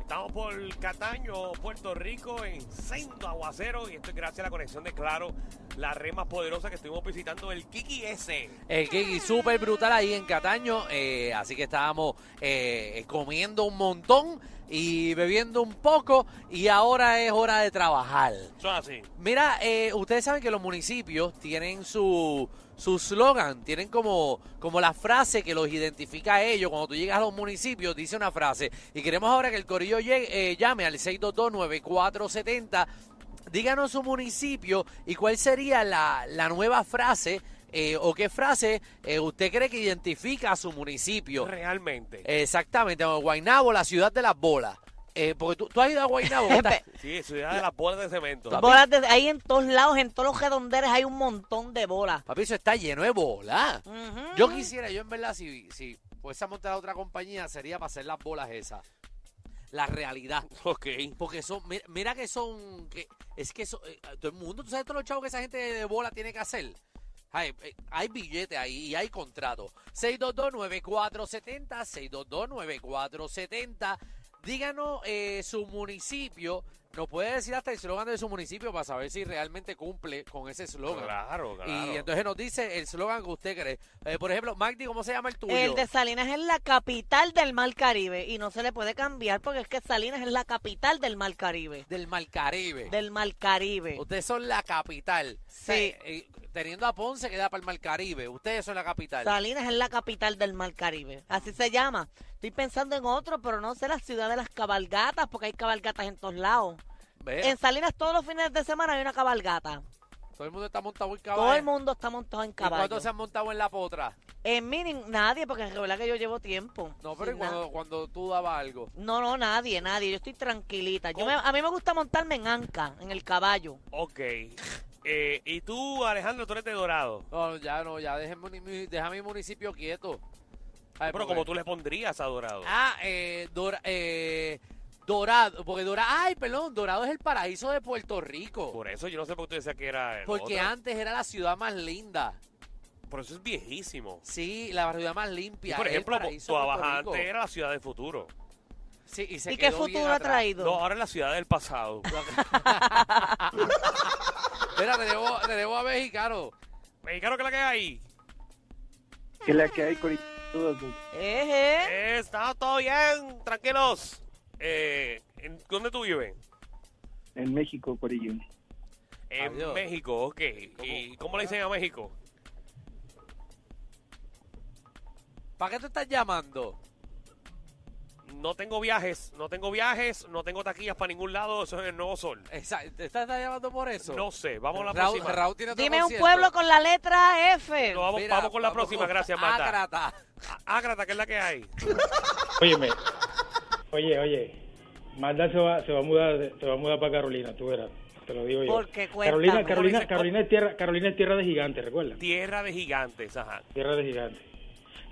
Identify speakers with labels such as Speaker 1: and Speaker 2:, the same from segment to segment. Speaker 1: Estamos por Cataño, Puerto Rico, en Sendo Aguacero. Y esto es gracias a la conexión de Claro, la red más poderosa que estuvimos visitando, el Kiki S.
Speaker 2: El Kiki súper brutal ahí en Cataño, eh, así que estábamos eh, comiendo un montón y bebiendo un poco y ahora es hora de trabajar.
Speaker 1: Eso es así.
Speaker 2: Mira, eh, ustedes saben que los municipios tienen su su slogan, tienen como, como la frase que los identifica a ellos. Cuando tú llegas a los municipios, dice una frase. Y queremos ahora que el Corillo llegue, eh, llame al 622-9470. Díganos su municipio y cuál sería la, la nueva frase eh, o qué frase eh, usted cree que identifica a su municipio.
Speaker 1: Realmente.
Speaker 2: Eh, Exactamente, bueno, Guaynabo, la ciudad de las bolas. Eh, porque tú, tú has ido a Guaynabo. ¿cómo estás?
Speaker 1: Sí, ciudad de las bolas de cemento.
Speaker 3: Bolas de- ahí en todos lados, en todos los redonderes hay un montón de bolas.
Speaker 2: Papi, eso está lleno de bolas.
Speaker 3: Ujú.
Speaker 2: Yo quisiera, yo en verdad, si, si fuese a montar otra compañía, sería para hacer las bolas esas. La realidad.
Speaker 1: Ok.
Speaker 2: Porque son, mira, mira que son, que, es que son, eh, todo el mundo, tú sabes todos los chavos que esa gente de bola tiene que hacer. Ay, eh, hay billetes ahí y hay contratos. 622-9470, 622-9470. Díganos eh, su municipio. Nos puede decir hasta el slogan de su municipio para saber si realmente cumple con ese slogan.
Speaker 1: Claro, claro.
Speaker 2: Oh, Y entonces nos dice el slogan que usted cree. Eh, por ejemplo, Magdi, ¿cómo se llama el tuyo?
Speaker 3: El de Salinas es la capital del Mar Caribe y no se le puede cambiar porque es que Salinas es la capital del Mar Caribe.
Speaker 2: Del Mar Caribe.
Speaker 3: Del Mar Caribe.
Speaker 2: Ustedes son la capital.
Speaker 3: Sí.
Speaker 2: Eh, eh, teniendo a Ponce que da para el Mar Caribe. Ustedes son la capital.
Speaker 3: Salinas es la capital del Mar Caribe. Así se llama. Estoy pensando en otro, pero no sé la ciudad de las cabalgatas porque hay cabalgatas en todos lados.
Speaker 2: Vea,
Speaker 3: En Salinas todos los fines de semana hay una cabalgata.
Speaker 2: todo el mundo está montado en caballo.
Speaker 3: Todo el mundo está montado en
Speaker 2: ¿Y cuántos se
Speaker 3: caballo.
Speaker 2: han montado en la potra?
Speaker 3: En mí ni- nadie, porque es verdad que yo llevo tiempo.
Speaker 2: No, pero
Speaker 3: sin
Speaker 2: ¿y
Speaker 3: nada.
Speaker 2: cuando, cuando tú dabas algo.
Speaker 3: No, no, nadie, nadie. Yo estoy tranquilita. Yo
Speaker 1: ¿Cómo?
Speaker 3: me- a mí me gusta montarme en anca, en el caballo.
Speaker 1: Ok. Eh, y tú, Alejandro, tú eres de Dorado.
Speaker 2: No, ya no, ya déjenme mi- mi- deja mi municipio quieto. Ay,
Speaker 1: Pero
Speaker 2: porque-
Speaker 1: como tú le pondrías a Dorado.
Speaker 2: Ah, eh, Dora- eh, Dorado. Porque Dorado. Ay, perdón, Dorado es el paraíso de Puerto Rico.
Speaker 1: Por eso yo no sé por qué tú decías que era. el
Speaker 2: Porque
Speaker 1: otro.
Speaker 2: antes era la ciudad más linda.
Speaker 1: Por eso es viejísimo.
Speaker 2: Sí, la ciudad más limpia.
Speaker 1: Y, por
Speaker 2: el
Speaker 1: ejemplo,
Speaker 2: paraíso de Puerto
Speaker 1: Tuabaja
Speaker 2: Rico.
Speaker 1: antes era la ciudad del futuro.
Speaker 2: Sí, y se
Speaker 3: ¿Y qué
Speaker 2: quedó bien
Speaker 3: futuro ha
Speaker 2: atrás.
Speaker 3: traído?
Speaker 1: No, ahora es la ciudad del pasado.
Speaker 2: Mira, te debo, te debo a Mexicano.
Speaker 1: Mexicano, ¿qué es la Pues, que hay ahí?
Speaker 4: que la que hay con todos los-
Speaker 3: Eje.
Speaker 1: Eh, Está todo bien, tranquilos. Eh, ¿en- ¿Dónde tú vives?
Speaker 4: en México, Corillo.
Speaker 1: En
Speaker 2: Adiós.
Speaker 1: México, ok. ¿Y cómo le dicen a México?
Speaker 2: ¿Para qué te estás llamando?
Speaker 1: No tengo viajes, no tengo viajes, no tengo taquillas para ningún lado, eso es el Nuevo Sol.
Speaker 2: Esa- ¿Te estás llamando por eso?
Speaker 1: No sé, vamos a la
Speaker 2: Raúl,
Speaker 1: próxima.
Speaker 2: Raúl tiene otro
Speaker 3: Dime un
Speaker 2: concierto.
Speaker 3: pueblo con la letra F.
Speaker 1: No, vamos,
Speaker 2: Mira,
Speaker 1: vamos con la próxima,
Speaker 2: con
Speaker 1: gracias, Marta.
Speaker 2: Ácrata.
Speaker 1: Ágrata, ¿qué es la que hay?
Speaker 5: Óyeme, oye, oye, Magda se va, se va a mudar, se va a mudar para Carolina, tú verás, te lo digo yo.
Speaker 3: ¿Por qué? Cuéntame.
Speaker 5: Carolina, Carolina,
Speaker 1: Dice-
Speaker 5: Carolina es tierra, Carolina es tierra de gigantes, recuerda,
Speaker 1: Tierra de gigantes, ajá.
Speaker 5: tierra de gigantes.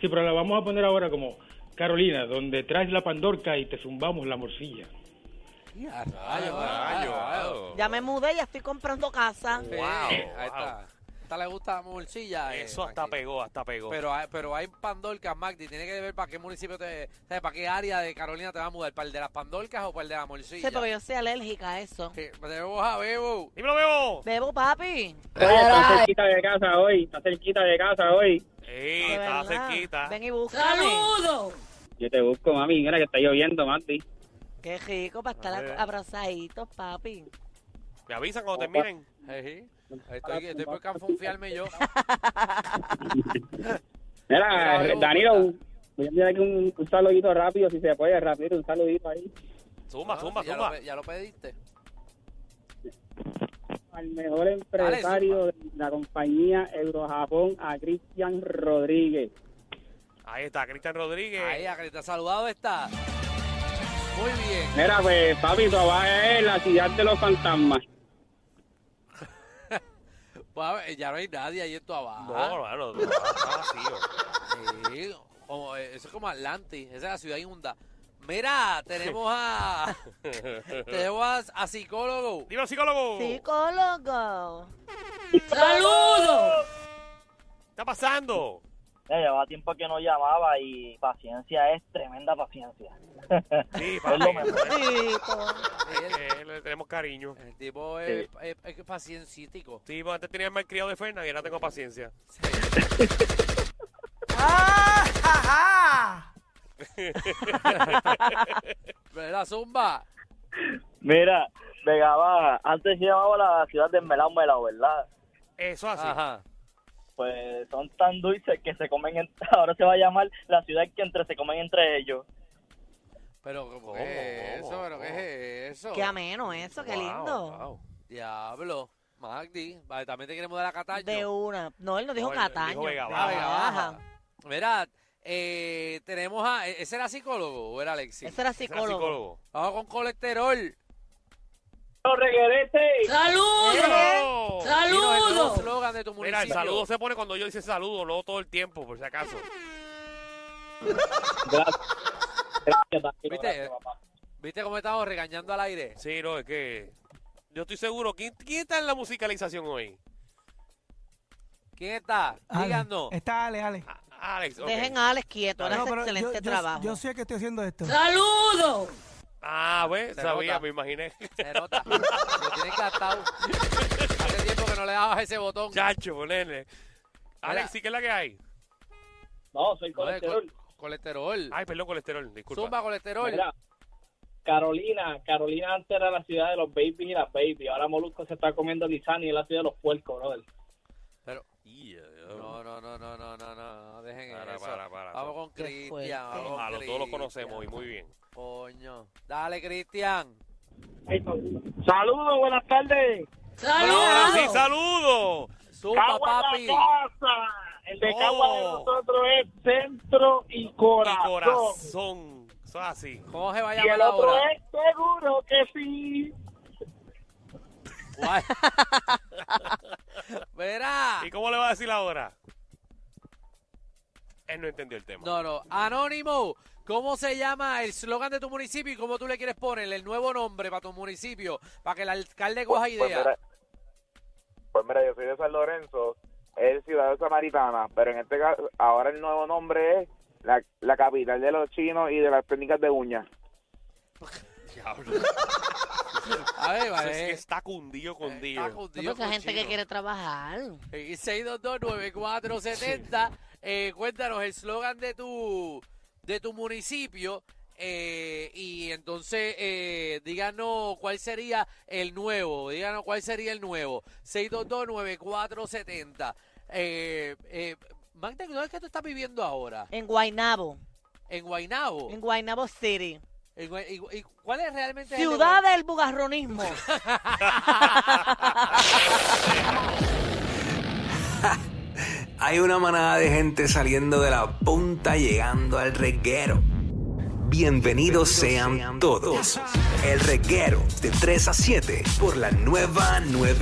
Speaker 5: Sí, pero la vamos a poner ahora como Carolina, donde traes la pandorca y te zumbamos la morcilla.
Speaker 2: Ya, rayo, rayo, rayo.
Speaker 3: Ya me mudé, ya estoy comprando casa.
Speaker 2: Sí,
Speaker 1: Wow,
Speaker 2: ahí
Speaker 1: wow.
Speaker 2: está. Esta le gusta la morcilla. eh,
Speaker 1: Eso hasta
Speaker 2: Magdi.
Speaker 1: pegó, hasta pegó.
Speaker 2: Pero hay, pero hay pandorcas, Magdi. Tiene que ver para qué municipio te. ¿sabes? ¿Para qué área de Carolina te va a mudar? ¿Para el de las pandorcas o para el de la morcilla?
Speaker 3: Sí, porque yo soy alérgica a eso.
Speaker 2: Sí, Bebo, ja, bebo.
Speaker 1: ¡Dímelo, veo!
Speaker 3: Bebo, papi.
Speaker 4: Oye, está cerquita de casa hoy, está cerquita de casa hoy.
Speaker 1: Sí,
Speaker 3: De
Speaker 1: estaba
Speaker 3: verdad.
Speaker 1: cerquita.
Speaker 3: Ven y búscame.
Speaker 4: Yo te busco, mami, mira que está lloviendo, Mati.
Speaker 3: Qué rico para estar
Speaker 1: Vale.
Speaker 3: a- abrazaditos, papi.
Speaker 1: Me avisan cuando terminen.
Speaker 2: Ejí. Estoy, estoy por canfunfiarme yo.
Speaker 4: Mira,
Speaker 2: Mira,
Speaker 4: eh, Danilo, voy a enviar aquí un, un saludito rápido, si se puede, rápido, un saludito ahí.
Speaker 1: Suma,
Speaker 2: No,
Speaker 1: suma,
Speaker 2: si Ah, ya
Speaker 1: suma.
Speaker 2: lo pe- ya lo pediste.
Speaker 4: Al mejor empresario de la compañía Eurojapón, a Cristian Rodríguez.
Speaker 1: Ahí está, Cristian Rodríguez.
Speaker 2: Ahí, Agrita, saludado está. Muy bien.
Speaker 4: Mira, pues, papi, tu abajo es la ciudad de los fantasmas.
Speaker 2: Pues, a ver, ya no hay nadie ahí en tu abajo.
Speaker 1: No, hermano, no, está vacío.
Speaker 2: Sí, como- eh, eso es como Atlantis, esa es la ciudad inunda. Mira, tenemos a tenemos a, a psicólogo.
Speaker 1: Dime, psicólogo.
Speaker 3: Psicólogo.
Speaker 6: ¡Saludos!
Speaker 1: ¿Qué está pasando?
Speaker 7: Ya llevaba tiempo que no llamaba y paciencia es tremenda paciencia.
Speaker 1: Sí,
Speaker 7: Es
Speaker 1: papi.
Speaker 7: lo mejor.
Speaker 1: es que le tenemos cariño.
Speaker 2: El tipo es, es, es paciencítico.
Speaker 1: Sí, pues antes tenía el malcriado de Fernández y ahora tengo paciencia.
Speaker 6: ¡Ah,
Speaker 3: ¡Ah!
Speaker 6: ja,
Speaker 2: Pero la zumba.
Speaker 7: Mira, Vega Baja, antes se llamaba la ciudad de Melao Melao, ¿verdad?
Speaker 1: Eso
Speaker 3: Ah,
Speaker 1: así.
Speaker 2: Ajá.
Speaker 7: Pues son tan dulces que se comen, en- ahora se va a llamar la ciudad que entre se comen entre ellos.
Speaker 2: Pero ¿cómo
Speaker 1: ¿Cómo,
Speaker 2: que es
Speaker 1: cómo,
Speaker 2: eso? ¿Pero
Speaker 1: cómo?
Speaker 2: qué es eso?
Speaker 3: Qué ameno eso, qué
Speaker 1: Wow,
Speaker 3: lindo.
Speaker 1: wow.
Speaker 2: Diablo. Magdi, vale, también te queremos dar a Cataño.
Speaker 3: De una. No, él no dijo
Speaker 1: No, él- él
Speaker 3: Cataño.
Speaker 1: dijo Vega
Speaker 2: Ah,
Speaker 1: Baja.
Speaker 2: Vega
Speaker 3: Baja.
Speaker 2: Baja. Mira, eh, tenemos a... ¿Ese era psicólogo o era Alexis?
Speaker 3: Ese era
Speaker 1: Ese era
Speaker 3: psicólogo.
Speaker 2: Vamos con colesterol.
Speaker 6: ja! ¡Saludos!
Speaker 3: Eh,
Speaker 1: ¡Saludos!
Speaker 2: Dino, el nuevo
Speaker 6: ¡Saludos!
Speaker 2: slogan de tu
Speaker 1: Mira,
Speaker 2: municipio.
Speaker 1: el saludo se pone cuando yo dice saludo, no todo el tiempo, por si acaso.
Speaker 7: Gracias, Danilo,
Speaker 2: ¿Viste?
Speaker 7: gracias, papá.
Speaker 2: ¿Viste cómo estamos regañando al aire?
Speaker 1: Sí, no, es que. Yo estoy seguro. ¿Quién, quién está en la musicalización hoy?
Speaker 2: ¿Quién está?
Speaker 3: Ah,
Speaker 8: Ale,
Speaker 2: Díganos.
Speaker 3: Este-
Speaker 8: Está Ale, Ale.
Speaker 1: A- Alex. ok.
Speaker 3: Dejen a Alex quieto, él
Speaker 8: Ah, No,
Speaker 3: hace
Speaker 8: pero yo-
Speaker 3: excelente
Speaker 8: yo,
Speaker 3: trabajo.
Speaker 8: Yo sé que estoy haciendo esto.
Speaker 6: ¡Saludos!
Speaker 1: Ah, pues,
Speaker 2: Se
Speaker 1: sabía,
Speaker 2: nota.
Speaker 1: me imaginé.
Speaker 2: Se nota. Lo tienes gastado. Hace tiempo que no le dabas ese botón.
Speaker 1: Chacho, ponele.
Speaker 2: Mira.
Speaker 1: Alex, sí que es la que hay.
Speaker 7: No,
Speaker 2: No,
Speaker 7: soy
Speaker 2: el
Speaker 7: colesterol.
Speaker 2: col- colesterol.
Speaker 1: Ay, perdón, colesterol, disculpa.
Speaker 2: Zumba colesterol.
Speaker 7: Mira, Carolina, Carolina antes era la ciudad de los babies y las babies. Ahora Molusco se está comiendo Lizani y es la ciudad de los puercos, brother.
Speaker 2: Pero no, no, no, no, no, no, no, no, dejen
Speaker 1: eh, Para,
Speaker 2: eso.
Speaker 1: para, para.
Speaker 2: Vamos con
Speaker 3: Qué fuerte.
Speaker 2: Cristian. vamos con
Speaker 1: Ah, lo- todos lo
Speaker 2: Cristian.
Speaker 1: conocemos y muy bien.
Speaker 2: Coño. Dale, Cristian.
Speaker 7: Saludos, buenas tardes.
Speaker 1: ¡Ahora sí,
Speaker 6: ¡Saludos!
Speaker 1: saludo!
Speaker 2: Zumba, papi.
Speaker 7: casa. El de
Speaker 1: Cagua de Oh.
Speaker 7: nosotros es centro y
Speaker 1: Y corazón. Eso es así.
Speaker 2: ¿Cómo se va a llamar ahora?
Speaker 7: es seguro que sí.
Speaker 2: Guay. Verá.
Speaker 1: ¿Y cómo le va a decir ahora? Él no entendió el tema.
Speaker 2: No, no. Anónimo, ¿cómo se llama el slogan de tu municipio y cómo tú le quieres poner el nuevo nombre para tu municipio? Para que el alcalde coja
Speaker 9: Pues
Speaker 2: idea.
Speaker 9: mira, pues mira, yo soy de San Lorenzo, es ciudad samaritana, pero en este caso, ahora el nuevo nombre es la, la capital de los chinos y de las técnicas de uñas.
Speaker 1: Diablo.
Speaker 2: A ver,
Speaker 1: Eso es que
Speaker 2: vale.
Speaker 1: está cundido, cundido.
Speaker 2: eh. Está
Speaker 3: No,
Speaker 2: jodido
Speaker 3: pero esa
Speaker 2: con
Speaker 3: gente que
Speaker 2: chino.
Speaker 3: quiere trabajar.
Speaker 2: 6229470. Eh, cuéntanos el slogan de tu de tu municipio eh, y entonces eh, díganos cuál sería el nuevo, díganos cuál sería el nuevo. 6229470. Eh, eh, Magda, ¿dónde es que tú estás viviendo ahora?
Speaker 3: En Guaynabo.
Speaker 2: ¿En Guaynabo?
Speaker 3: En Guaynabo City.
Speaker 2: ¿En Guay- y- y ¿Cuál es realmente el de
Speaker 3: Ciudad del bugarronismo.
Speaker 10: Hay una manada de gente saliendo de la punta llegando al reguero. Bienvenidos sean todos. El reguero de 3 a 7 por la nueva 9.